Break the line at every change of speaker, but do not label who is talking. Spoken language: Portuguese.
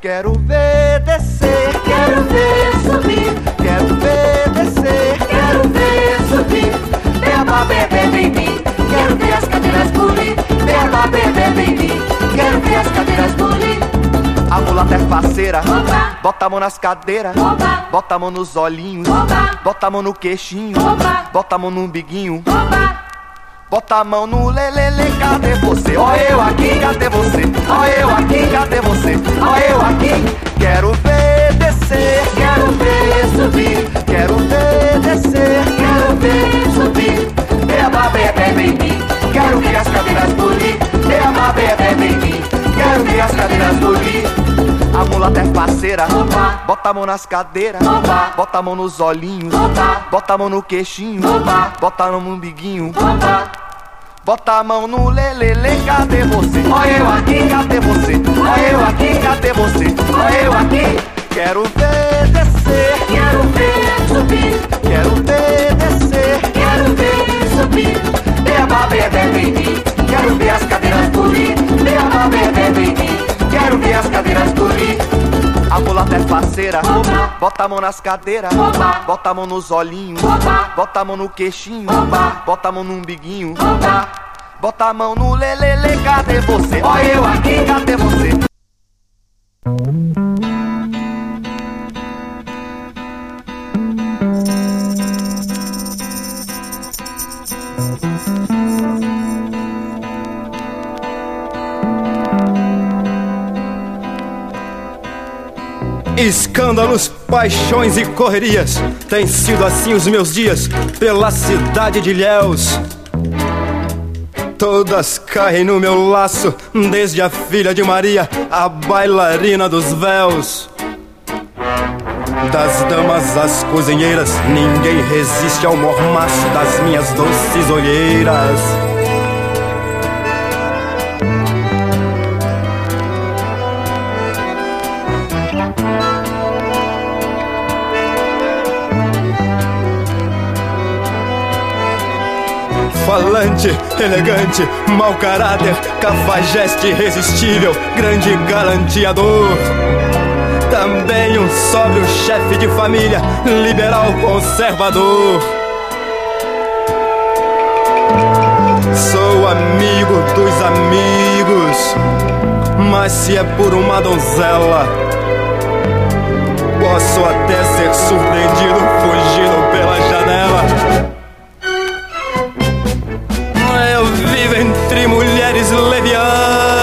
Quero ver descer,
quero ver subir,
quero ver descer,
quero ver subir. Beba, bebê, baby, quero ver as cadeiras pulir. Beba, bebê, baby, quero ver as cadeiras pulir.
a mulata é faceira.
Oba.
Bota a mão nas cadeiras,
Oba.
bota a mão nos olhinhos,
Oba.
bota a mão no queixinho,
Oba.
bota a mão no umbiguinho,
Oba,
bota a mão no lelele. Cadê você? Ó eu aqui, cadê você? Ó eu aqui, cadê você? Ó eu aqui. Quero ver descer,
quero ver subir,
quero ver descer,
quero ver subir. Beba, bebê, baby, quero ver as cadeiras pulir. Beba, bebê, baby, quero ver as cadeiras pulir.
A mulata é faceira,
Oba.
bota a mão nas cadeiras,
Oba.
bota a mão nos olhinhos,
Oba,
bota a mão no queixinho,
Oba.
bota a mão no umbiguinho,
oba.
bota a mão no lelele, cadê você? Ó eu aqui, cadê você? Ó eu aqui, cadê você? Ó eu aqui, quero ver descer,
Quero ver subir,
quero ver descer,
quero ver subir. Beba, bebê, baby, quero ver as cadeiras pulir. Beba, bebê, baby, quero ver as cadeiras pulir.
a mulata é faceira,
Oba.
bota a mão nas cadeiras,
Oba.
bota a mão nos olhinhos,
Oba,
bota a mão no queixinho,
Oba.
bota a mão no umbiguinho.
oba,
Bota a mão no lelele, cadê você? Ó eu aqui, cadê você?
Escândalos, paixões e correrias Têm sido assim os meus dias Pela cidade de Ilhéus Todas caem no meu laço Desde a filha de Maria A bailarina dos véus Das damas às cozinheiras Ninguém resiste ao mormaço Das minhas doces olheiras Falante, elegante, mau caráter, cafajeste irresistível, grande galanteador. Também um sóbrio chefe de família, liberal conservador. Sou amigo dos amigos, mas se é por uma donzela, posso até ser surpreendido fugindo pelas